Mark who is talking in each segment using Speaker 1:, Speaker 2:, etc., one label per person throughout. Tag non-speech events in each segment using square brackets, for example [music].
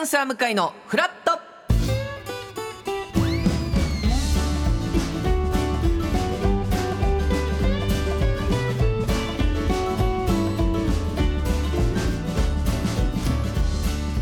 Speaker 1: ンサー向かいのフラット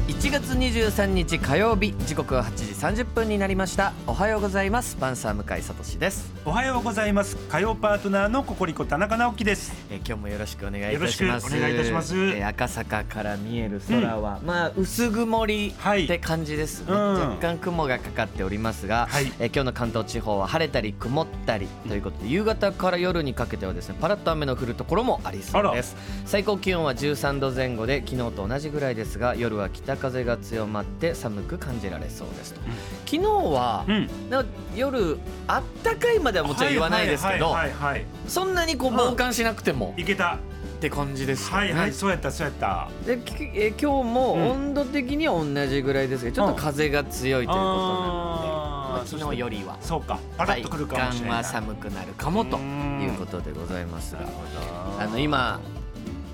Speaker 1: 1月23日火曜日時刻は8時30分になりましたおはようございますパンサー向井聡です
Speaker 2: おはようございます火曜パートナーのココリコ田中直樹です
Speaker 1: えー今日もよろしくお願いいたします。
Speaker 2: よろしくお願いいたします
Speaker 1: えー赤坂から見える空は、まあ薄曇り
Speaker 2: はい
Speaker 1: って感じです、ね
Speaker 2: うん
Speaker 1: 若干雲がかかっておりますが、
Speaker 2: はい
Speaker 1: えー今日の関東地方は晴れたり曇ったりということで、夕方から夜にかけてはですね、パラッと雨の降るところもありそうです。最高気温は13度前後で昨日と同じぐらいですが、夜は北風が強まって寒く感じられそうですと。
Speaker 2: ん
Speaker 1: 昨日は、
Speaker 2: ん
Speaker 1: な夜あったかいまではもちろん言わないですけど、
Speaker 2: はいはいはいはい
Speaker 1: そんなにこう防寒しなくても。
Speaker 2: いけた
Speaker 1: って感じですよ
Speaker 2: は
Speaker 1: ね。
Speaker 2: いはいそうやったそうやった
Speaker 1: できえー今日も
Speaker 2: うん
Speaker 1: 温度的には同じぐらいですけど、ちょっと風が強いということなので、まあ
Speaker 2: あー
Speaker 1: 昨日よりは
Speaker 2: そうかパラッとくるかもしれない
Speaker 1: は寒くなるかもということでございます
Speaker 2: な
Speaker 1: が
Speaker 2: る、ほど
Speaker 1: あの今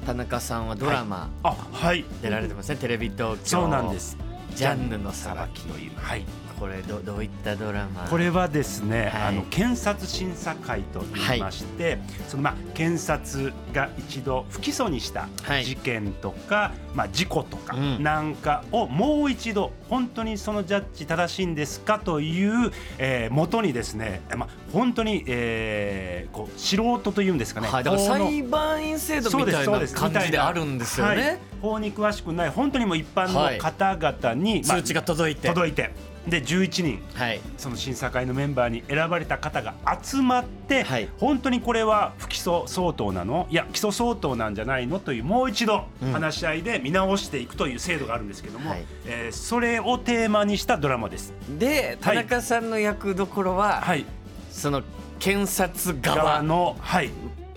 Speaker 1: 田中さんはドラマ
Speaker 2: あはい
Speaker 1: 出られてますね、テレビ東京
Speaker 2: そうなんです
Speaker 1: ジャンヌの裁き
Speaker 2: というはい
Speaker 1: これどどういったドラマ
Speaker 2: これはです
Speaker 1: は
Speaker 2: ね、
Speaker 1: い
Speaker 2: あの検察審査会と言いまして、そのまあ検察が一度不起訴にした
Speaker 1: はい
Speaker 2: 事件とか、まあ事故とか
Speaker 1: うん
Speaker 2: なんかをもう一度本当にそのジャッジ正しいんですかという、えー、元にですね、まあ本当に、えー、こう素人というんですかね、
Speaker 1: はい、だから
Speaker 2: 法の
Speaker 1: 裁判員制度
Speaker 2: そう
Speaker 1: み
Speaker 2: で
Speaker 1: た
Speaker 2: す
Speaker 1: い
Speaker 2: そう
Speaker 1: な
Speaker 2: です
Speaker 1: 感じであるんですよ
Speaker 2: みた
Speaker 1: ね
Speaker 2: いなはい。法に詳しくない本当にもう一般の方々に、まあ
Speaker 1: 通知が届いて、
Speaker 2: 届いてで11人
Speaker 1: はい、
Speaker 2: その審査会のメンバーに選ばれた方が集まって、
Speaker 1: はい
Speaker 2: 本当にこれは不起訴相当なのいや起訴相当なんじゃないのというもう一度
Speaker 1: うん
Speaker 2: 話し合いで見直していくという制度があるんですけども、
Speaker 1: はい
Speaker 2: えーそれをテーマにしたドラマです。
Speaker 1: で田中さんの役どころは、
Speaker 2: はい、
Speaker 1: その検察側
Speaker 2: 側の、はい、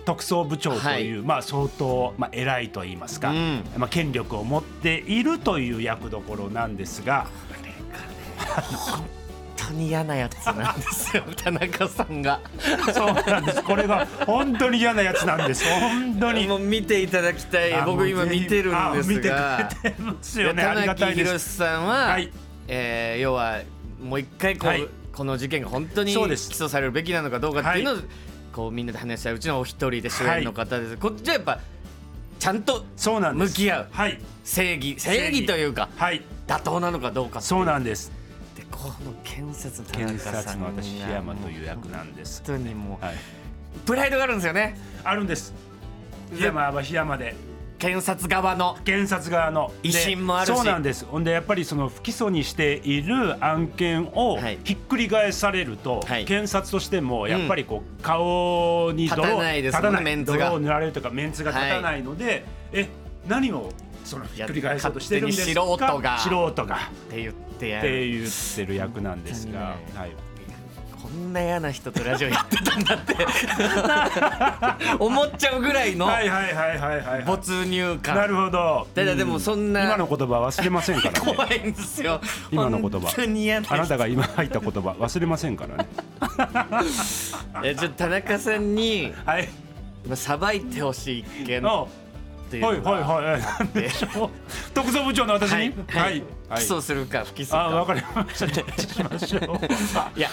Speaker 2: 特捜部長という、まあ、相当、まあ、偉いと言いますか、
Speaker 1: うん
Speaker 2: まあ、権力を持っているという役どころなんですが。
Speaker 1: 本当に嫌なやつなん
Speaker 2: [laughs]
Speaker 1: ですよ田中さんが
Speaker 2: そうなんですこれが本当に嫌なやつなんです本当に
Speaker 1: もう見ていただきたい
Speaker 2: あも
Speaker 1: 僕
Speaker 2: う
Speaker 1: 今
Speaker 2: ぜひ
Speaker 1: 見てるんですが
Speaker 2: あ見てくれてますよねあり
Speaker 1: 玉
Speaker 2: がた
Speaker 1: 木
Speaker 2: いで
Speaker 1: 宏
Speaker 2: す
Speaker 1: さんは、
Speaker 2: はい
Speaker 1: えー要はもう一回こう、
Speaker 2: はい
Speaker 1: この事件が本当に起
Speaker 2: そうです
Speaker 1: 訴されるべきなのかどうかっていうのを、こうみんなで話し合ううちのお一人で主演の方です、こっちはやっぱちゃんと
Speaker 2: そうなんです
Speaker 1: 向き合う
Speaker 2: はい
Speaker 1: 正義正義というか
Speaker 2: はい
Speaker 1: 妥当なのかどうかってい
Speaker 2: そうなんです
Speaker 1: でこの検察の田
Speaker 2: 検
Speaker 1: 中さんが
Speaker 2: 察の私檜山という役なんです
Speaker 1: 本当にもう、
Speaker 2: はい
Speaker 1: プライドがあるんですよね
Speaker 2: あるんです檜山は檜山で
Speaker 1: 検察側の
Speaker 2: 検察側の
Speaker 1: 威信もあるし
Speaker 2: でそうなんですほんでやっぱりその不起訴にしている案件を
Speaker 1: はい
Speaker 2: ひっくり返されると、
Speaker 1: はい
Speaker 2: 検察としてもやっぱりこう、顔に泥
Speaker 1: 立たないですもんね
Speaker 2: 立たない
Speaker 1: メンツが
Speaker 2: 泥を塗られるとかメンツが立たないので、え何をそのひっくり返そうとしてるんですか
Speaker 1: 勝手に素人が
Speaker 2: 素人が
Speaker 1: って言ってや
Speaker 2: って
Speaker 1: る
Speaker 2: 言ってる役なんですが
Speaker 1: 本当に、ね
Speaker 2: はい、
Speaker 1: こんな嫌な人とラジオやってたんだって
Speaker 2: [laughs]
Speaker 1: 思っちゃうぐらいの
Speaker 2: はいはいはいはいはいはい
Speaker 1: 没入感、
Speaker 2: なるほど
Speaker 1: ただでもそんな
Speaker 2: う今の言葉忘れませんからね
Speaker 1: [laughs] 怖いんですよ
Speaker 2: 今の言葉
Speaker 1: 本当に嫌な人
Speaker 2: あなたが今入った言葉忘れませんからね
Speaker 1: いやちょっと田中さんに
Speaker 2: はい
Speaker 1: さばいてほしい一件っ
Speaker 2: の
Speaker 1: ていう
Speaker 2: はい
Speaker 1: のが
Speaker 2: はいはいなんでしょう特捜部長の私
Speaker 1: は
Speaker 2: に
Speaker 1: いはい
Speaker 2: はい
Speaker 1: 起訴するか不起訴
Speaker 2: あ
Speaker 1: か
Speaker 2: わかりましたどっちしましょう
Speaker 1: いや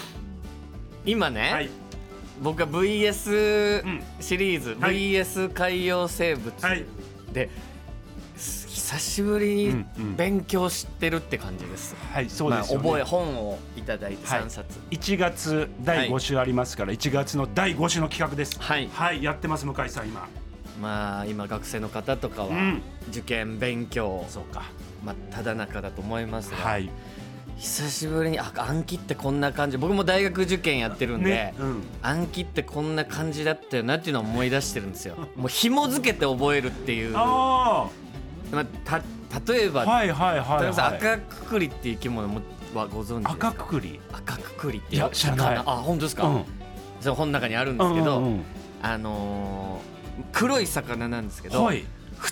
Speaker 1: 今ね、
Speaker 2: はい
Speaker 1: 僕は VS
Speaker 2: うん
Speaker 1: シリーズ、
Speaker 2: はい
Speaker 1: VS 海洋生物
Speaker 2: はい
Speaker 1: で、す久しぶり
Speaker 2: う
Speaker 1: に
Speaker 2: んうん
Speaker 1: 勉強してるって感じです、
Speaker 2: はいそうですよ
Speaker 1: まあ、覚え
Speaker 2: ね
Speaker 1: 本をいただいて
Speaker 2: はい
Speaker 1: 3冊、
Speaker 2: 1月第5週ありますから1月の第5週の企画です
Speaker 1: はい
Speaker 2: はいやってます向井さん今
Speaker 1: まあ今学生の方とかは
Speaker 2: うん
Speaker 1: 受験勉強、
Speaker 2: そうか
Speaker 1: まあ、ただ中だと思いますが、
Speaker 2: はい
Speaker 1: 久しぶりにあ暗記ってこんな感じ僕も大学受験やってるんで、
Speaker 2: ねうん
Speaker 1: 暗記ってこんな感じだったよなっていうのを思い出してるんですよ。もう紐付けて覚えるっていう
Speaker 2: あ
Speaker 1: まあ、た例えば、
Speaker 2: あはいはいはい
Speaker 1: 田中さん
Speaker 2: はい
Speaker 1: 赤くくりっていう生き物もはご存知ですか
Speaker 2: 赤くくり
Speaker 1: 赤くくりって
Speaker 2: いや知らない
Speaker 1: 魚あ本当ですか、
Speaker 2: うん
Speaker 1: その本の中にあるんですけど、
Speaker 2: うんうん
Speaker 1: あのー黒い魚なんですけ
Speaker 2: うん
Speaker 1: ど、
Speaker 2: はい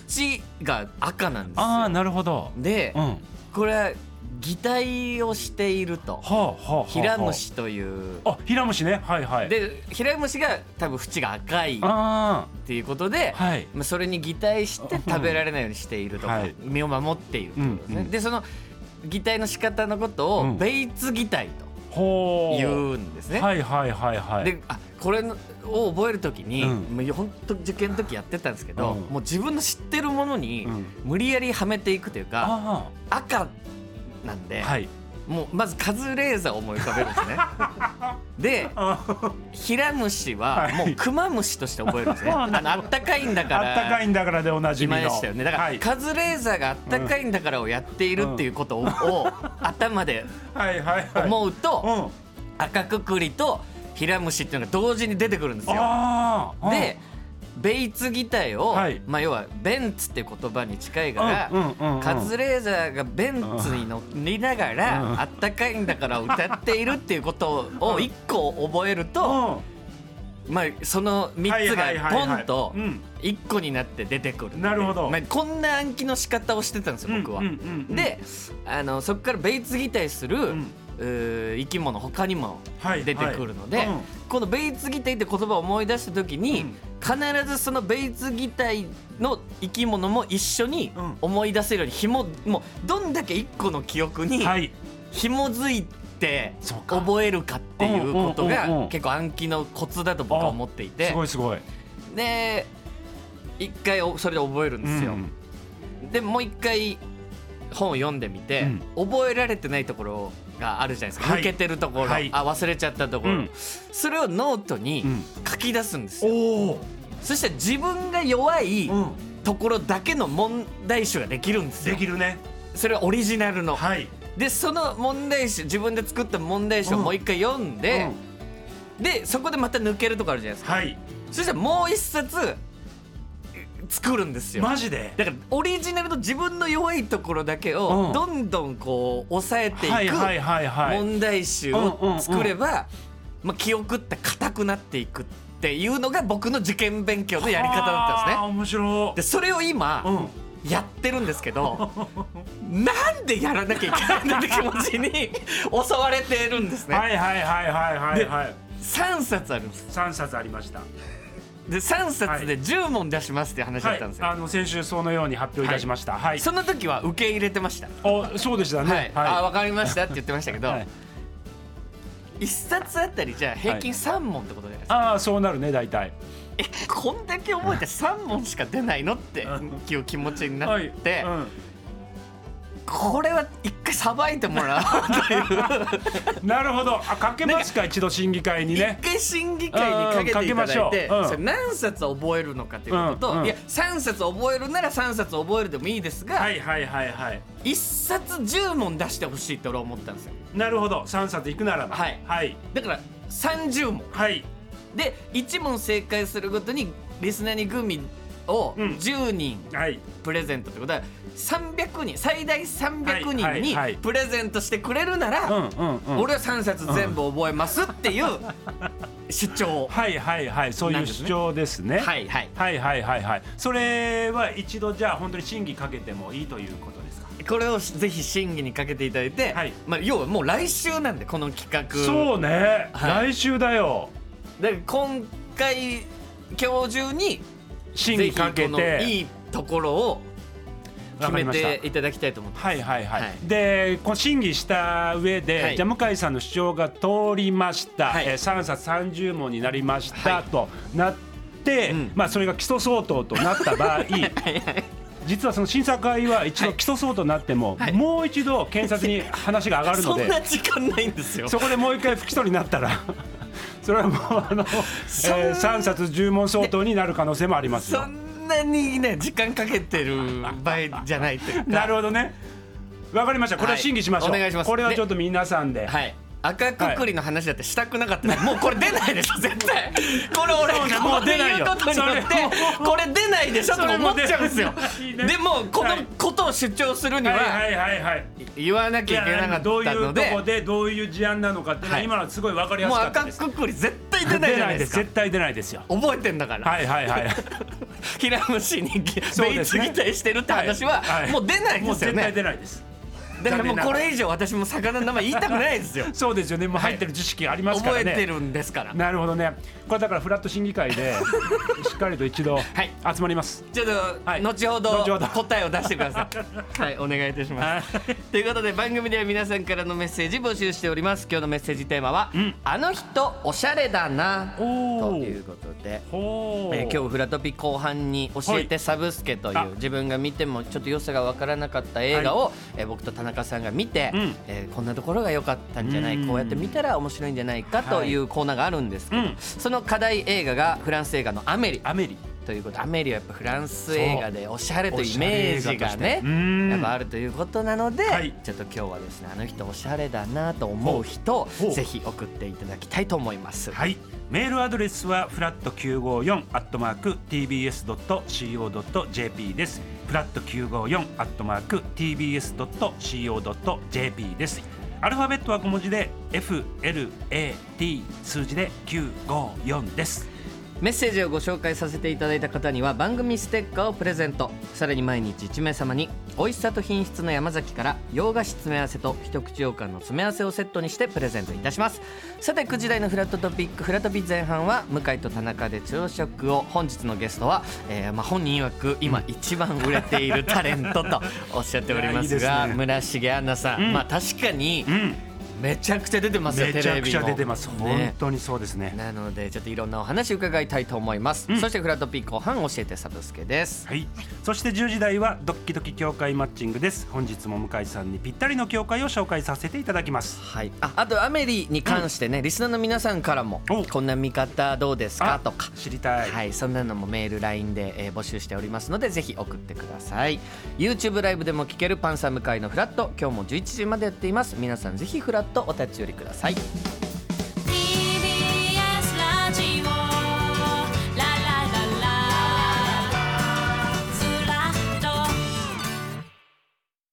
Speaker 1: 縁が赤なんですよ
Speaker 2: ああなるほど
Speaker 1: で、
Speaker 2: うんは
Speaker 1: これは擬態をしていると
Speaker 2: あはあはあ
Speaker 1: ヒラムシという
Speaker 2: あヒラムシねはいはい
Speaker 1: でヒラムシが多分縁が赤いっ
Speaker 2: あ
Speaker 1: ていうことで
Speaker 2: あ、はい
Speaker 1: まあ、それに擬態して食べられないようにしているとか、
Speaker 2: はい
Speaker 1: 身を守っているということですね、
Speaker 2: うんうん
Speaker 1: でその擬態の仕方のこと
Speaker 2: う
Speaker 1: を
Speaker 2: ん
Speaker 1: ベイツ擬態と
Speaker 2: ほ
Speaker 1: 言
Speaker 2: う。
Speaker 1: うんですね。
Speaker 2: はいはいはいはい。
Speaker 1: であこれのを覚えるときに、
Speaker 2: うん
Speaker 1: もう本当受験の時やってたんですけど、
Speaker 2: うん
Speaker 1: もう自分の知ってるものに
Speaker 2: うん
Speaker 1: 無理やりはめていくというか、
Speaker 2: あ
Speaker 1: 赤なんで、
Speaker 2: あはい。
Speaker 1: もうまずカズレーザーを思い浮かべるんですね。
Speaker 2: [laughs]
Speaker 1: で
Speaker 2: あー
Speaker 1: ヒラムシは
Speaker 2: はい
Speaker 1: もうクマムシとして覚えるんですね。
Speaker 2: あ
Speaker 1: あ
Speaker 2: なるほど
Speaker 1: のあったかいんだか
Speaker 2: あ
Speaker 1: ら。
Speaker 2: ったかいんだからでおなじみ
Speaker 1: 今
Speaker 2: の。
Speaker 1: でしたよね。だから、
Speaker 2: はい
Speaker 1: カズレーザーがあったかいんだからをやっているっていうことを,を、頭で
Speaker 2: はいはいはい。
Speaker 1: 思うと、
Speaker 2: うん。
Speaker 1: 赤くくりとヒラムシっていうのが同時に出てくるんですよ。
Speaker 2: ああ。
Speaker 1: で、ベイツ擬態を、
Speaker 2: はい
Speaker 1: まあ要はベンツって言葉に近い
Speaker 2: うん、
Speaker 1: から。
Speaker 2: うんうんうん、
Speaker 1: カズレーザーがベンツに乗りながら、
Speaker 2: うん
Speaker 1: あったかいんだからを歌っているっていうことを一個覚えると、
Speaker 2: うん
Speaker 1: まあ、その3つがポンと
Speaker 2: はいはいはいはいうん
Speaker 1: 一個になって出てくるっていう
Speaker 2: なるほど
Speaker 1: まあ、こんな暗記の仕方をしてたんですよ僕は。
Speaker 2: うんうんうん、
Speaker 1: であのそこからベイツ擬態する、
Speaker 2: ん
Speaker 1: うー生き物他にも
Speaker 2: はい
Speaker 1: 出てくるので、
Speaker 2: はいうん
Speaker 1: このベイツ擬態って言葉を思い出した時に、
Speaker 2: うん
Speaker 1: 必ずそのベイツ擬態の生き物も一緒に
Speaker 2: うん
Speaker 1: 思い出せるように紐もうどんだけ一個の記憶に
Speaker 2: はい
Speaker 1: 紐づいて
Speaker 2: そうか
Speaker 1: 覚えるかっていうこと
Speaker 2: うんうんうんう
Speaker 1: が
Speaker 2: ん
Speaker 1: 結構暗記のコツだと僕は思っていて
Speaker 2: すごいすごい
Speaker 1: で一回おそれで覚えるんですよ。
Speaker 2: うん
Speaker 1: でもう一回本を読んでみて、覚えられてないところがあるじゃないですか、
Speaker 2: はい
Speaker 1: 抜けてるところ、
Speaker 2: はい
Speaker 1: あ忘れちゃったところ、
Speaker 2: うん
Speaker 1: それをノートに
Speaker 2: うん
Speaker 1: 書き出すんですよ、
Speaker 2: おお、
Speaker 1: そして自分が弱い
Speaker 2: うん、
Speaker 1: ところだけの問題集ができるんです
Speaker 2: で
Speaker 1: よ
Speaker 2: きるね
Speaker 1: それはオリジナルの、
Speaker 2: はい
Speaker 1: でその問題集自分で作った問題集を
Speaker 2: うん
Speaker 1: もう一回読んで、でそこでまた抜けるとこあるじゃないですか、
Speaker 2: はい
Speaker 1: そしたらもう一冊作るんですよ
Speaker 2: マジで
Speaker 1: だからオリジナルの自分の弱いところだけ
Speaker 2: う
Speaker 1: を
Speaker 2: ん
Speaker 1: どんどんこう抑えてい
Speaker 2: はいはい
Speaker 1: く
Speaker 2: はいはい
Speaker 1: 問題集を作れば、まあ、記憶って硬くなっていくっていうのが僕の受験勉強のやり方だったんです
Speaker 2: あー
Speaker 1: ね。
Speaker 2: 面白い
Speaker 1: でそれを
Speaker 2: う
Speaker 1: 今
Speaker 2: ん
Speaker 1: やってるんですけど
Speaker 2: [laughs]
Speaker 1: なんでやらなきゃいけないんだって気持ちに [laughs] 襲われてるんですね。
Speaker 2: はいはいはいはいはいはい
Speaker 1: 3冊あるんです。
Speaker 2: 三冊ありました
Speaker 1: で3冊で10問出しますっていう話だ
Speaker 2: は
Speaker 1: っ
Speaker 2: い
Speaker 1: たんですよ。
Speaker 2: あの先週そのように発表いたしましたはい
Speaker 1: その時は受け入れてました。
Speaker 2: おそうでした
Speaker 1: はい
Speaker 2: ね、
Speaker 1: あ
Speaker 2: は
Speaker 1: 分かりましたって言ってましたけ
Speaker 2: い
Speaker 1: ど、
Speaker 2: はい
Speaker 1: 一冊あたりじゃあ平均3問ってことじゃないですか、
Speaker 2: ああそうなるね大体
Speaker 1: えこんだけ覚えて3問しか出ないのっていう気持ちにな
Speaker 2: は
Speaker 1: っ
Speaker 2: い
Speaker 1: て、これは一回さばいてもら
Speaker 2: うん [laughs] なるほどあかけますか一度審議会
Speaker 1: う
Speaker 2: に
Speaker 1: 一
Speaker 2: [laughs] ね
Speaker 1: 回審議会にかけていただいて、
Speaker 2: うんうんかけましょううん
Speaker 1: それ何冊覚えるのかっていうことと、
Speaker 2: うんうん
Speaker 1: いや3冊覚えるなら3冊覚えるでもいいですが、
Speaker 2: はいはいはいはい
Speaker 1: 一冊10問出してほしいって俺は思ったんですよ
Speaker 2: なるほど三冊いくならば
Speaker 1: はい
Speaker 2: はい
Speaker 1: だから30問
Speaker 2: はい
Speaker 1: で1問正解するごとにリスナーにグミを
Speaker 2: うん
Speaker 1: 10人、
Speaker 2: はい
Speaker 1: プレゼントってことは300人最大300
Speaker 2: はいはいは
Speaker 1: 人
Speaker 2: い
Speaker 1: にプレゼントしてくれるなら、
Speaker 2: うんうんうん
Speaker 1: 俺は3冊全部覚えますっていう
Speaker 2: [laughs]
Speaker 1: 主張
Speaker 2: はいはいはいそういう主張ですね
Speaker 1: はいはい
Speaker 2: はいはいはいはいそれは一度じゃあ本当に審議かけてもいいということですか
Speaker 1: これをぜひ審議にかけていただいて、
Speaker 2: はい
Speaker 1: まあ、要はもう来週なんでこの企画
Speaker 2: そうね、
Speaker 1: は
Speaker 2: 来週だよ
Speaker 1: だから今回今日中に
Speaker 2: 審
Speaker 1: ぜ
Speaker 2: 議
Speaker 1: ひこ
Speaker 2: かけ
Speaker 1: の
Speaker 2: て
Speaker 1: いいところを決め
Speaker 2: わかりま
Speaker 1: て
Speaker 2: した
Speaker 1: いただきたいと思って
Speaker 2: はいはいはい、
Speaker 1: はい
Speaker 2: でこう審議した上で、
Speaker 1: はい
Speaker 2: じゃあ向井さんの主張が通りました、
Speaker 1: はい
Speaker 2: えー3冊30問になりました、
Speaker 1: はい
Speaker 2: となって、
Speaker 1: うん
Speaker 2: まあ、それが基礎相当となった場合 [laughs] 実はその審査会は一
Speaker 1: は
Speaker 2: 度
Speaker 1: い
Speaker 2: 基礎相当になっても、
Speaker 1: はい
Speaker 2: もう一度検察に話が上がるの
Speaker 1: そ
Speaker 2: で
Speaker 1: んな時間ないんですよ
Speaker 2: そこでもう一回不起訴になったら [laughs] それはもうあの、
Speaker 1: そん
Speaker 2: えー、3冊10問相当になる可能性もあります
Speaker 1: そ
Speaker 2: よ。
Speaker 1: んなにね時間かけてる場合じゃない
Speaker 2: [laughs]
Speaker 1: というか
Speaker 2: なるほどねわかりましたこれは審議しましょう、
Speaker 1: はいお願いします
Speaker 2: これはちょっと皆さんで、
Speaker 1: はい赤くくりの話だってしたくなかった、 [laughs] もうこれ出ないでしょ絶対これ俺
Speaker 2: そうね
Speaker 1: こ
Speaker 2: もう
Speaker 1: れ
Speaker 2: 出ない
Speaker 1: 言う
Speaker 2: よ
Speaker 1: ことによって
Speaker 2: それもう
Speaker 1: これ出ないでしょと思っちゃうんですよ
Speaker 2: それも出ないね
Speaker 1: でもこの
Speaker 2: はい
Speaker 1: ことを主張するに
Speaker 2: はい
Speaker 1: は
Speaker 2: はいはいはい
Speaker 1: 言わなきゃいけなか
Speaker 2: どう
Speaker 1: った
Speaker 2: い
Speaker 1: の
Speaker 2: うと
Speaker 1: で
Speaker 2: こでどういう事案なのかっていうのは、
Speaker 1: はい
Speaker 2: 今のはすごいわかりやす
Speaker 1: もう
Speaker 2: かった
Speaker 1: 赤
Speaker 2: です
Speaker 1: くくり絶対出ないじゃないですか
Speaker 2: 絶対出ないですよ
Speaker 1: 覚えてんだから、
Speaker 2: はいはいはい
Speaker 1: ヒラムシに
Speaker 2: そう
Speaker 1: ベイ
Speaker 2: です
Speaker 1: ツ
Speaker 2: ね
Speaker 1: 擬態してるって話は、
Speaker 2: はいはい
Speaker 1: もう出ない
Speaker 2: も
Speaker 1: ですよ
Speaker 2: う絶対
Speaker 1: ね
Speaker 2: 出ないです
Speaker 1: だからもうこ
Speaker 2: 残念な
Speaker 1: れ以上私も魚の名前言いたくないです [laughs] よ
Speaker 2: そうですよねもう入ってる知識ありますか
Speaker 1: 覚
Speaker 2: ら
Speaker 1: え
Speaker 2: ね、
Speaker 1: てるんですから
Speaker 2: なるほどねこれだからフラット審議会 [laughs] でしっかりと一度
Speaker 1: はい
Speaker 2: 集まります、
Speaker 1: ちょっと、
Speaker 2: はい
Speaker 1: 後ほど
Speaker 2: 後ほど
Speaker 1: 答えを出してくださ
Speaker 2: [laughs]
Speaker 1: いはいお願いいたします、ということで番組では皆さんからのメッセージ募集しております今日のメッセージテーマは、
Speaker 2: ん
Speaker 1: あの人おしゃれだなと
Speaker 2: [laughs] おー
Speaker 1: いうことで
Speaker 2: ほう
Speaker 1: えー今日フラトピ後半に教え
Speaker 2: は
Speaker 1: てサブスケという、
Speaker 2: あ
Speaker 1: 自分が見てもちょっと良さが分からなかった映画を、えー僕と田中さんが見て、
Speaker 2: うん
Speaker 1: えーこんなところが良かったんじゃない
Speaker 2: うん
Speaker 1: こうやって見たら面白いんじゃないかというコーナーがあるんですけど、
Speaker 2: うん
Speaker 1: その課題映画がフランス映画の「アメリ」
Speaker 2: アメリ
Speaker 1: ということでアメリはやっぱフランス映画でおしゃれというイメージがね
Speaker 2: おしゃれ映画としてうん
Speaker 1: やっぱあるということなので、
Speaker 2: はい
Speaker 1: ちょっと今日はですねあの人おしゃれだなと思う人を
Speaker 2: ほう
Speaker 1: ぜひ送っていただきたいと思います。
Speaker 2: はいメールアドレスはフラット954アットマーク tbs.co.jp ですフラット954アットマーク tbs.co.jp ですアルファベットは小文字で FLAT 数字で954です
Speaker 1: メッセージをご紹介させていただいた方には番組ステッカーをプレゼントさらに毎日1名様に美味しさと品質の山崎から洋菓子詰め合わせと一口羊羹の詰め合わせをセットにしてプレゼントいたしますさて9時台のフラットトピックフラトピ前半は向井と田中で朝食を本日のゲストは、えーまあ、本人曰く今一番売れているタレントとおっしゃっておりま
Speaker 2: いやい
Speaker 1: す
Speaker 2: いです
Speaker 1: が
Speaker 2: ね
Speaker 1: 村重杏奈さん、
Speaker 2: うん
Speaker 1: まあ確かに
Speaker 2: うん
Speaker 1: めちゃくちゃ出てますよ
Speaker 2: めちゃくち
Speaker 1: テレ
Speaker 2: ゃ
Speaker 1: ビも
Speaker 2: 出てます本
Speaker 1: ね
Speaker 2: 当にそうですね
Speaker 1: なのでちょっといろんなお話伺いたいと思います、
Speaker 2: うん
Speaker 1: そしてフラトピー後半教えてサブスケです
Speaker 2: はい、そして10時台はドッキドキ協会マッチングです本日も向井さんにぴったりの協会を紹介させていただきます
Speaker 1: はい、ああとアメリに関してね、リスナーの皆さんからも
Speaker 2: お
Speaker 1: こんな見方どうです
Speaker 2: あ
Speaker 1: かとか
Speaker 2: 知りたい、
Speaker 1: はい、そんなのもメール、LINE で、えー募集しておりますのでぜひ送ってください YouTube ライブでも聴けるパンサー向かいのフラット今日も11時までやっています皆さんぜひフラットお立ち寄りください